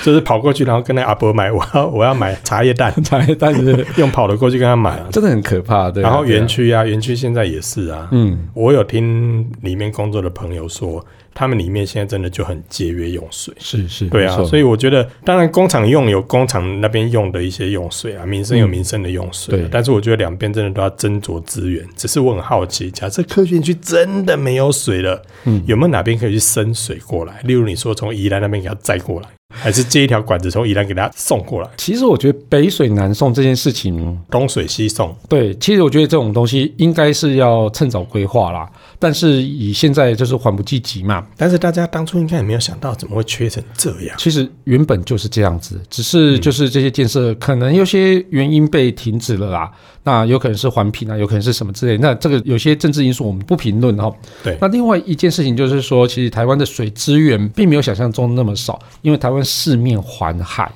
[SPEAKER 1] 就是跑过去，然后跟那阿伯买，我要 我要买茶叶蛋，
[SPEAKER 2] 才但是
[SPEAKER 1] 用跑的过去跟他买啊。
[SPEAKER 2] 真的很可怕，对啊、
[SPEAKER 1] 然后
[SPEAKER 2] 对啊
[SPEAKER 1] 园，区啊，园区现在也是啊。
[SPEAKER 2] 嗯，
[SPEAKER 1] 我有听里面工作的朋友说，他们里面现在真的就很节约用水。
[SPEAKER 2] 是是，
[SPEAKER 1] 对啊，所
[SPEAKER 2] 以
[SPEAKER 1] 以我觉得，当然工厂用有工厂那边用的一些用水啊，民生有民生的用水啊、
[SPEAKER 2] 嗯对
[SPEAKER 1] 但是我觉得两边真的都要斟酌资源。只是我很好奇，假设科学园区真的没有水了，
[SPEAKER 2] 嗯
[SPEAKER 1] 有没有哪边可以去生水过来？例如你说从宜兰那边给它载过来，还是接一条管子从宜兰给它送过来？
[SPEAKER 2] 其实我觉得北水南送这件事情，
[SPEAKER 1] 东水西送，
[SPEAKER 2] 对，其实我觉得这种东西应该是要趁早规划啦。但是以现在就是缓不济急嘛，
[SPEAKER 1] 但是大家当初应该也没有想到怎么会缺成这样。
[SPEAKER 2] 其实原本就是这样子，只是
[SPEAKER 1] 嗯
[SPEAKER 2] 就是这些建设可能有些原因被停止了啦，那有可能是环评啊，有可能是什么之类，那这个有些政治因素我们不评论哈。
[SPEAKER 1] 对
[SPEAKER 2] 那另外一件事情就是说，其实台湾的水资源并没有想象中那么少，因为台湾四面环海，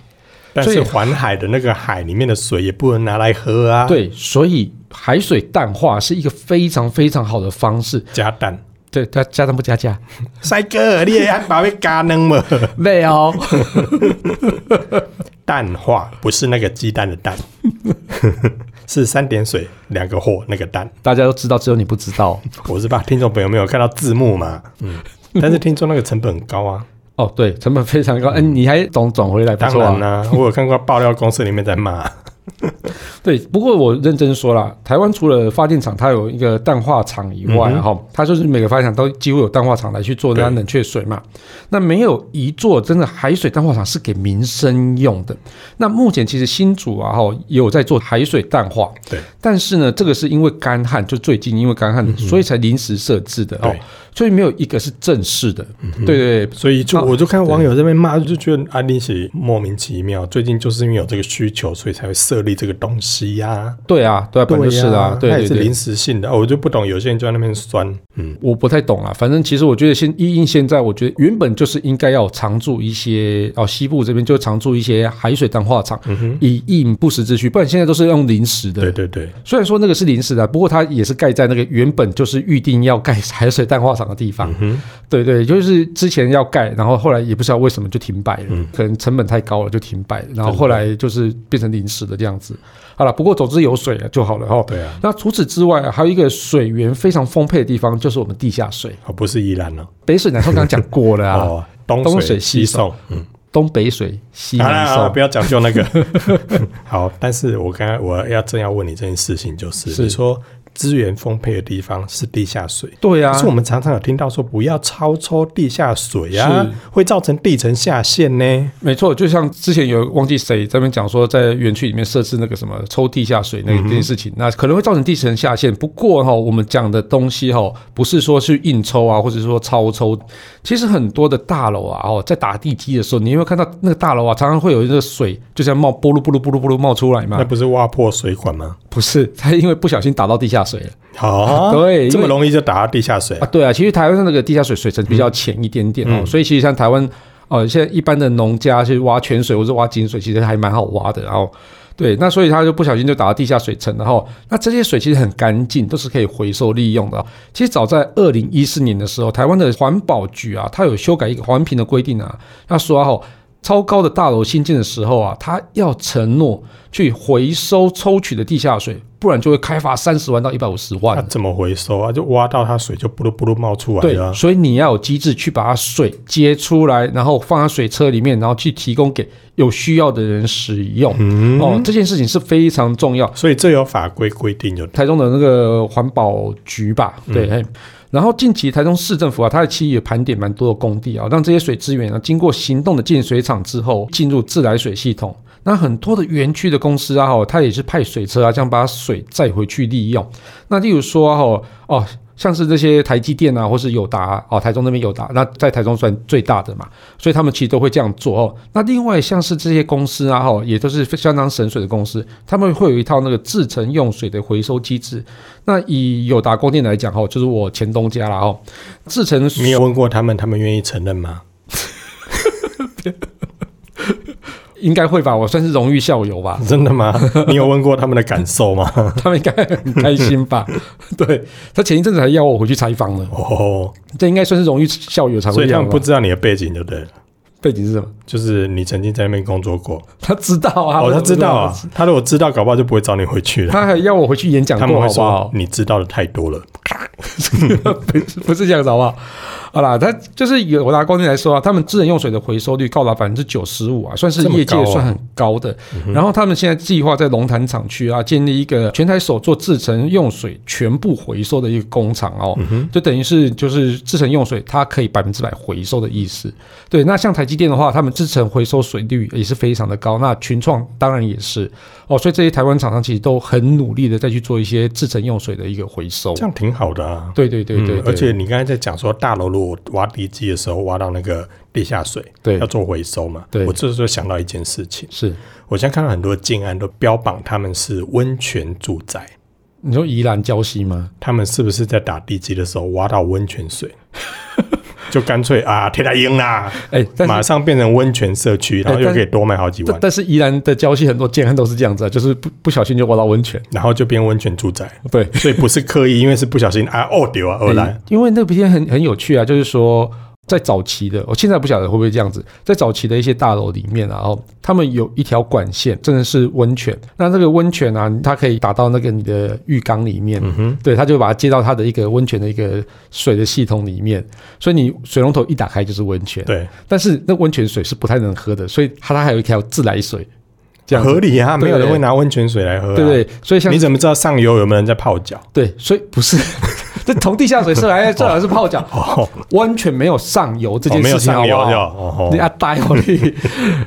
[SPEAKER 1] 但
[SPEAKER 2] 所
[SPEAKER 1] 是
[SPEAKER 2] 以
[SPEAKER 1] 环海的那个海里面的水也不能拿来喝啊，，
[SPEAKER 2] 对，所以海水淡化是一个非常非常好的方式。
[SPEAKER 1] 加蛋。
[SPEAKER 2] 对，它加蛋不加 价？
[SPEAKER 1] 帅哥，你也还把被加能吗？
[SPEAKER 2] 没有，
[SPEAKER 1] 蛋化不是那个鸡蛋的蛋， 是三点水两个火那个蛋。
[SPEAKER 2] 大家都知道，只有你不知道。
[SPEAKER 1] 我是怕听众朋友没有看到字幕嘛，嗯，但是听说那个成本很高啊，
[SPEAKER 2] 哦，对，成本非常高。嗯、你还懂转回来？不
[SPEAKER 1] 当
[SPEAKER 2] 错啊
[SPEAKER 1] 然啦、我有看过爆料公司里面在骂，
[SPEAKER 2] 对，不过我认真说啦，台湾除了发电厂，它有一个淡化厂以外，
[SPEAKER 1] 嗯哼
[SPEAKER 2] 哈、它就是每个发电厂都几乎有淡化厂来去做
[SPEAKER 1] 对
[SPEAKER 2] 它冷却水嘛。那没有一座真的海水淡化厂是给民生用的。那目前其实新竹啊，哈，也有在做海水淡化，
[SPEAKER 1] 对，嗯
[SPEAKER 2] 但是呢，这个是因为干旱，就最近因为干旱，所以才临时设置的哦
[SPEAKER 1] 对，嗯
[SPEAKER 2] 所以没有一个是正式的。对对对
[SPEAKER 1] 所以就
[SPEAKER 2] 啊
[SPEAKER 1] 我就看网友这边骂，就觉得安利是莫名其妙，最近就是因为有这个需求，所以才会设立这个东西呀、
[SPEAKER 2] 对啊，对啊，本来就是的啊，对
[SPEAKER 1] 它
[SPEAKER 2] 对
[SPEAKER 1] 也是
[SPEAKER 2] 对
[SPEAKER 1] 临时性的、哦我就不懂，有些人就在那边酸，嗯，
[SPEAKER 2] 我不太懂啊，反正其实我觉得现因应现在，我觉得原本就是应该要常驻一些哦，西部这边就常驻一些海水淡化厂，以应不时之需，不然现在都是用临时
[SPEAKER 1] 对
[SPEAKER 2] 的。
[SPEAKER 1] 对对，
[SPEAKER 2] 虽然说那个是临时的，不过它也是盖在那个原本就是预定要盖海水淡化厂的地方。
[SPEAKER 1] 嗯
[SPEAKER 2] 对对，就是之前要盖，然后后来也不知道为什么就停摆了，
[SPEAKER 1] 嗯
[SPEAKER 2] 可能成本太高了就停摆了，然后后来就是变成临时的这样子。好了，不过总之有水了就好了哈、哦。
[SPEAKER 1] 对啊，
[SPEAKER 2] 那除此之外，还有一个水源非常丰沛的地方，就是我们地下水。
[SPEAKER 1] 哦，不是依兰哦，
[SPEAKER 2] 北水南送刚刚讲过了啊，
[SPEAKER 1] 哦，东
[SPEAKER 2] 东水
[SPEAKER 1] 水
[SPEAKER 2] 西
[SPEAKER 1] 西送，嗯。
[SPEAKER 2] 东北水西
[SPEAKER 1] 好啦
[SPEAKER 2] 南
[SPEAKER 1] 好啦
[SPEAKER 2] 送
[SPEAKER 1] 不。要讲究 那个。好，但是我刚刚我要正要问你这件事情，就是
[SPEAKER 2] 是
[SPEAKER 1] 你说资源丰沛的地方是地下水。
[SPEAKER 2] 对啊
[SPEAKER 1] 可，是我们常常有听到说不要超抽地下水啊
[SPEAKER 2] 是，
[SPEAKER 1] 会造成地层下陷呢。
[SPEAKER 2] 没错，就像之前有忘记谁在那边讲说，在园区里面设置那个什么抽地下水那个这件事情，那可能会造成地层下陷。不过哈、我们讲的东西哈、不是说去硬抽啊，或者说超抽。其实很多的大楼啊，哦，在打地基的时候，你有没有看到那个大楼啊，常常会有一个水就像冒波噜波噜波噜波噜冒出来
[SPEAKER 1] 那
[SPEAKER 2] 嘛？
[SPEAKER 1] 不是挖破水管吗？
[SPEAKER 2] 不是，它因为不小心打到地下水了。
[SPEAKER 1] 好、啊，
[SPEAKER 2] 对因为
[SPEAKER 1] 这么容易就打到地下水
[SPEAKER 2] 啊，对啊，其实台湾的那个地下水水层比较浅一点点哦，所以其实像台湾呃，现在一般的农家去挖泉水或者挖井水，其实还蛮好挖的，然后。对，那所以他就不小心就打到地下水层，然后那这些水其实很干净，都是可以回收利用的哦。其实早在二零一四年的时候，台湾的环保局啊，它有修改一个环评的规定啊，他说哈、超高的大楼新建的时候啊，它要承诺去回收抽取的地下水，不然就会开罚三十万到一百五十万
[SPEAKER 1] 它。怎么回收啊？就挖到它水就咕噜咕噜冒出来
[SPEAKER 2] 对
[SPEAKER 1] 了啊。
[SPEAKER 2] 所以你要有机制去把它水接出来，然后放在水车里面，然后去提供给有需要的人使用。
[SPEAKER 1] 嗯，
[SPEAKER 2] 哦，这件事情是非常重要。
[SPEAKER 1] 所以这有法规规定有
[SPEAKER 2] 台中的那个环保局吧，
[SPEAKER 1] 嗯
[SPEAKER 2] 对。嘿然后近期台中市政府啊，它的其实也盘点蛮多的工地啊，让这些水资源呢、经过行动的净水厂之后，进入自来水系统。那很多的园区的公司啊，哈，它也是派水车啊，这样把水载回去利用。那例如说哈、哦，像是这些台积电啊，或是友达啊哦，台中那边友达，那在台中算最大的嘛，所以他们其实都会这样做哦。那另外像是这些公司啊，哈，也都是相当省水的公司，他们会有一套那个制成用水的回收机制。那以友达光电来讲，哈，就是我前东家啦，哈，制成
[SPEAKER 1] 你有问过他们，他们愿意承认 吗？
[SPEAKER 2] 应该会吧，我算是荣誉校友吧。
[SPEAKER 1] 真的吗？ 你有问过他们的感受吗？
[SPEAKER 2] 他们应该很开心吧？ 对他前一阵子还要我回去采访呢，
[SPEAKER 1] 哦，
[SPEAKER 2] 这应该算是荣誉校友才
[SPEAKER 1] 所
[SPEAKER 2] 会
[SPEAKER 1] 以
[SPEAKER 2] 这
[SPEAKER 1] 他
[SPEAKER 2] 样
[SPEAKER 1] 们
[SPEAKER 2] 吧
[SPEAKER 1] 不？知道你的背景，对不对？
[SPEAKER 2] 背景是什么？
[SPEAKER 1] 就是你曾经在那边工作过。
[SPEAKER 2] 他知道啊，
[SPEAKER 1] 哦，
[SPEAKER 2] 我
[SPEAKER 1] 他
[SPEAKER 2] 怎么
[SPEAKER 1] 知道啊，他如果知道，搞不好就不会找你回去 了。
[SPEAKER 2] 他还要我回去演讲
[SPEAKER 1] 他们
[SPEAKER 2] 过，
[SPEAKER 1] 会
[SPEAKER 2] 好不哦
[SPEAKER 1] 说
[SPEAKER 2] 好？
[SPEAKER 1] 你知道的太多了。
[SPEAKER 2] 不是 不是这样子，好不好？好啦，他就是有拿光电来说啊，他们智能用水的回收率高达百分之九十五啊，算是
[SPEAKER 1] 这么
[SPEAKER 2] 业界
[SPEAKER 1] 高啊嗯
[SPEAKER 2] 算很高的。然后他们现在计划在龙潭厂区啊，建立一个全台首座制成用水全部回收的一个工厂哦，
[SPEAKER 1] 嗯
[SPEAKER 2] 就等于是就是制成用水它可以百分之百回收的意思。对，那像台积电的话，他们制成回收水率也是非常的高，那群创当然也是哦，所以这些台湾厂商其实都很努力的再去做一些制成用水的一个回收
[SPEAKER 1] 这。样挺好的啊。
[SPEAKER 2] 对对对对
[SPEAKER 1] 嗯
[SPEAKER 2] 对，
[SPEAKER 1] 而且你刚才在讲说大楼如果挖地基的时候挖到那个地下水，
[SPEAKER 2] 对
[SPEAKER 1] 要做回收嘛。
[SPEAKER 2] 对
[SPEAKER 1] 我这时候想到一件事情，
[SPEAKER 2] 是
[SPEAKER 1] 我现在看到很多建案都标榜他们是温泉住宅，
[SPEAKER 2] 你说宜兰礁溪吗？
[SPEAKER 1] 他们是不是在打地基的时候挖到温泉水？ 就干脆啊，贴他赢啦，
[SPEAKER 2] 哎、但
[SPEAKER 1] 马
[SPEAKER 2] 是
[SPEAKER 1] 上变成温泉社区，然后
[SPEAKER 2] 哎
[SPEAKER 1] 又
[SPEAKER 2] 但
[SPEAKER 1] 可以多卖好几
[SPEAKER 2] 但
[SPEAKER 1] 万，
[SPEAKER 2] 但是宜兰的礁溪很多建案都是这样子啊，就是不不小心就挖到温泉。
[SPEAKER 1] 然后就变温泉住宅。
[SPEAKER 2] 对，
[SPEAKER 1] 所以不是刻意，因为是不小心啊，哦丢啊，而来
[SPEAKER 2] 哎。因为那边很很有趣啊，就是说。在早期的，我现在不晓得会不会这样子，在早期的一些大楼里面啊、然后他们有一条管线，真的是温泉。那这个温泉啊，它可以打到那个你的浴缸里面，对，它就把它接到它的一个温泉的一个水的系统里面，所以你水龙头一打开就是温泉。
[SPEAKER 1] 对，
[SPEAKER 2] 但是那温泉水是不太能喝的，所以它它还有一条自来水，这样子
[SPEAKER 1] 合理啊，没
[SPEAKER 2] 对
[SPEAKER 1] 有人会拿温泉水来喝、啊，
[SPEAKER 2] 对不对？所以像
[SPEAKER 1] 你怎么知道上游有没有人在泡脚？
[SPEAKER 2] 对，所以不是 这从地下水射来，最好是哎泡脚，
[SPEAKER 1] 哦，
[SPEAKER 2] 完全没有上游这
[SPEAKER 1] 哦
[SPEAKER 2] 件
[SPEAKER 1] 没有
[SPEAKER 2] 事情，
[SPEAKER 1] 上
[SPEAKER 2] 好不
[SPEAKER 1] 游
[SPEAKER 2] 好
[SPEAKER 1] 就哦
[SPEAKER 2] 你
[SPEAKER 1] 哦，
[SPEAKER 2] 啊要呆我你。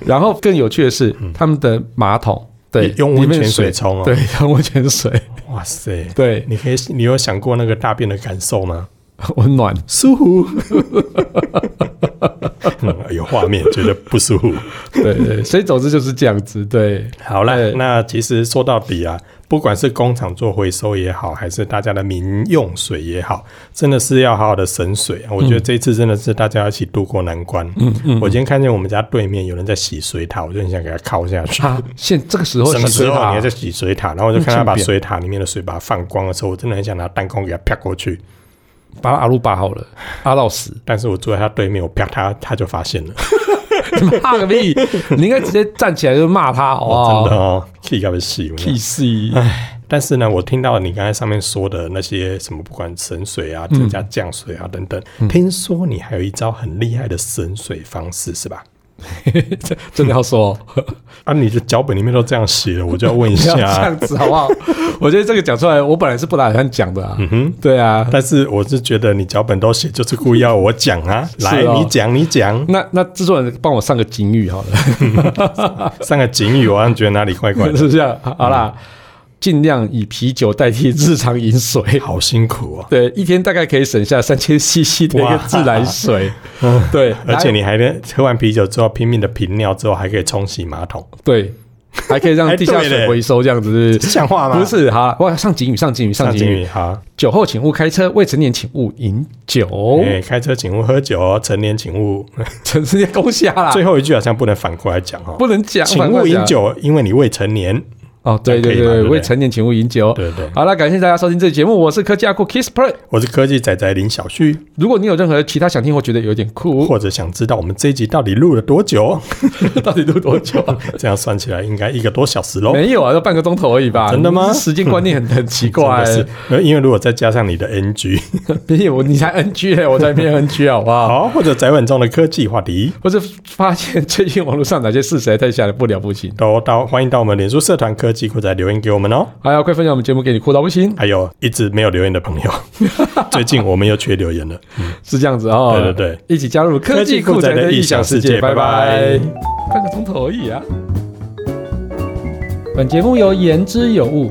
[SPEAKER 2] 然后更有趣的是，他们的马桶对
[SPEAKER 1] 嗯用
[SPEAKER 2] 里
[SPEAKER 1] 温
[SPEAKER 2] 面
[SPEAKER 1] 泉
[SPEAKER 2] 水
[SPEAKER 1] 水冲哦
[SPEAKER 2] 对， 用温泉水，
[SPEAKER 1] 哇塞！
[SPEAKER 2] 对，
[SPEAKER 1] 你可以，你有想过那个大便的感受吗？
[SPEAKER 2] 温暖。
[SPEAKER 1] 舒服， 嗯有画面，觉得不舒服。
[SPEAKER 2] 对对，所以总之就是这样子。对，
[SPEAKER 1] 好啦
[SPEAKER 2] 对，
[SPEAKER 1] 那其实说到底啊，不管是工厂做回收也好，还是大家的民用水也好，真的是要好好的省水啊。我觉得这一次真的是大家一起度过难关。嗯嗯，我今天看见我们家对面有人在洗水塔，我就很想给他敲 下去。
[SPEAKER 2] 啊，现这个时候
[SPEAKER 1] 什么
[SPEAKER 2] 洗水
[SPEAKER 1] 时候啊
[SPEAKER 2] 塔
[SPEAKER 1] 你还在洗水塔？然后我就看他把
[SPEAKER 2] 嗯
[SPEAKER 1] 水塔里面的水把它放光的时候，我真的很想拿弹弓给他啪过去。
[SPEAKER 2] 把阿鲁巴好了，阿到死。
[SPEAKER 1] 但是我坐在他对面，我啪他，他就发现了。
[SPEAKER 2] 骂个屁！你应该直接站起来就骂他，好不好？
[SPEAKER 1] 真的哦，气到被洗。我跟你讲
[SPEAKER 2] 屁事！
[SPEAKER 1] 但是呢，我听到你刚才上面说的那些什么，不管省水啊、
[SPEAKER 2] 嗯
[SPEAKER 1] 增加降水啊等等，听说你还有一招很厉害的省水方式是吧？
[SPEAKER 2] 真的要说、 哦，
[SPEAKER 1] 啊，你的脚本里面都这样写了，我就要问一
[SPEAKER 2] 不要这
[SPEAKER 1] 下。
[SPEAKER 2] 样子好不好？啊我觉得这个讲出来，我本来是不打算讲的啊。
[SPEAKER 1] 嗯哼，
[SPEAKER 2] 对啊，
[SPEAKER 1] 但是我是觉得你脚本都写，就是故意要我讲啊，来，
[SPEAKER 2] 是哦
[SPEAKER 1] 你讲，你 讲，
[SPEAKER 2] 那那制作人帮我上个警语好了。
[SPEAKER 1] 上个警语，我好像觉得哪里怪 怪的，
[SPEAKER 2] 是不是啊？好好
[SPEAKER 1] 嗯
[SPEAKER 2] 啦，尽量以啤酒代替日常饮水。
[SPEAKER 1] 好辛苦哦。
[SPEAKER 2] 对，一天大概可以省下三千 CC 的一个
[SPEAKER 1] 哇嗯
[SPEAKER 2] 自 来水。对，
[SPEAKER 1] 而且
[SPEAKER 2] 还
[SPEAKER 1] 你还能喝完啤酒之后拼命的频尿之后，还可以冲洗马桶，
[SPEAKER 2] 对，还可以让
[SPEAKER 1] 还
[SPEAKER 2] 地下
[SPEAKER 1] 哎对
[SPEAKER 2] 水
[SPEAKER 1] 嘞
[SPEAKER 2] 回收，这样子是不 是
[SPEAKER 1] 像话吗？
[SPEAKER 2] 不是好，哇，上警语，上警语，上
[SPEAKER 1] 上
[SPEAKER 2] 警
[SPEAKER 1] 警
[SPEAKER 2] 语。
[SPEAKER 1] 语好，
[SPEAKER 2] 酒后请勿开车，未成年请勿饮酒。
[SPEAKER 1] 哎，开车请勿喝酒哦，成年请勿。
[SPEAKER 2] 陈世界恭喜啊啦，
[SPEAKER 1] 最后一句好像不能反过来讲哦，
[SPEAKER 2] 不能讲，
[SPEAKER 1] 请
[SPEAKER 2] 反过
[SPEAKER 1] 勿
[SPEAKER 2] 来
[SPEAKER 1] 饮
[SPEAKER 2] 讲。
[SPEAKER 1] 酒，因为你未成年。
[SPEAKER 2] 哦，对
[SPEAKER 1] 这
[SPEAKER 2] 对
[SPEAKER 1] 样可以
[SPEAKER 2] 对
[SPEAKER 1] 吧，对不对
[SPEAKER 2] 未成年请勿饮酒。
[SPEAKER 1] 对对，
[SPEAKER 2] 好了，感谢大家收听这期节目，我是科技阿酷 Kiss Play。
[SPEAKER 1] 我是科技仔仔林小旭，
[SPEAKER 2] 如果你有任何其他想听或觉得有点 酷，
[SPEAKER 1] 或者想知道我们这一集到底录了多久，
[SPEAKER 2] 到底录多久啊？
[SPEAKER 1] 这样算起来应该一个多小时喽。
[SPEAKER 2] 没有啊，就半个钟头而已吧。
[SPEAKER 1] 真的吗
[SPEAKER 2] 你时间观念很很奇怪、
[SPEAKER 1] 真
[SPEAKER 2] 欸
[SPEAKER 1] 的。 是，因为如果再加上你的 NG，
[SPEAKER 2] 毕竟我你才 NG 哎、我才没 NG 好不 好？
[SPEAKER 1] 好，或者宅稳中的科技话题，
[SPEAKER 2] 或是发现最近网络上哪些事实在太吓人不了不行，
[SPEAKER 1] 都到欢迎到我们脸书社团科技酷宅留言给我们哦。
[SPEAKER 2] 还要快分享我们节目给你哭到不行，
[SPEAKER 1] 还有一直没有留言的朋友， 最近我们又缺留言了。
[SPEAKER 2] 是这样子哦。
[SPEAKER 1] 对对对，
[SPEAKER 2] 一起加入科技酷宅的异想世界，拜拜
[SPEAKER 1] 拜拜。
[SPEAKER 2] 半个钟头而已啊。本节目由言之有物、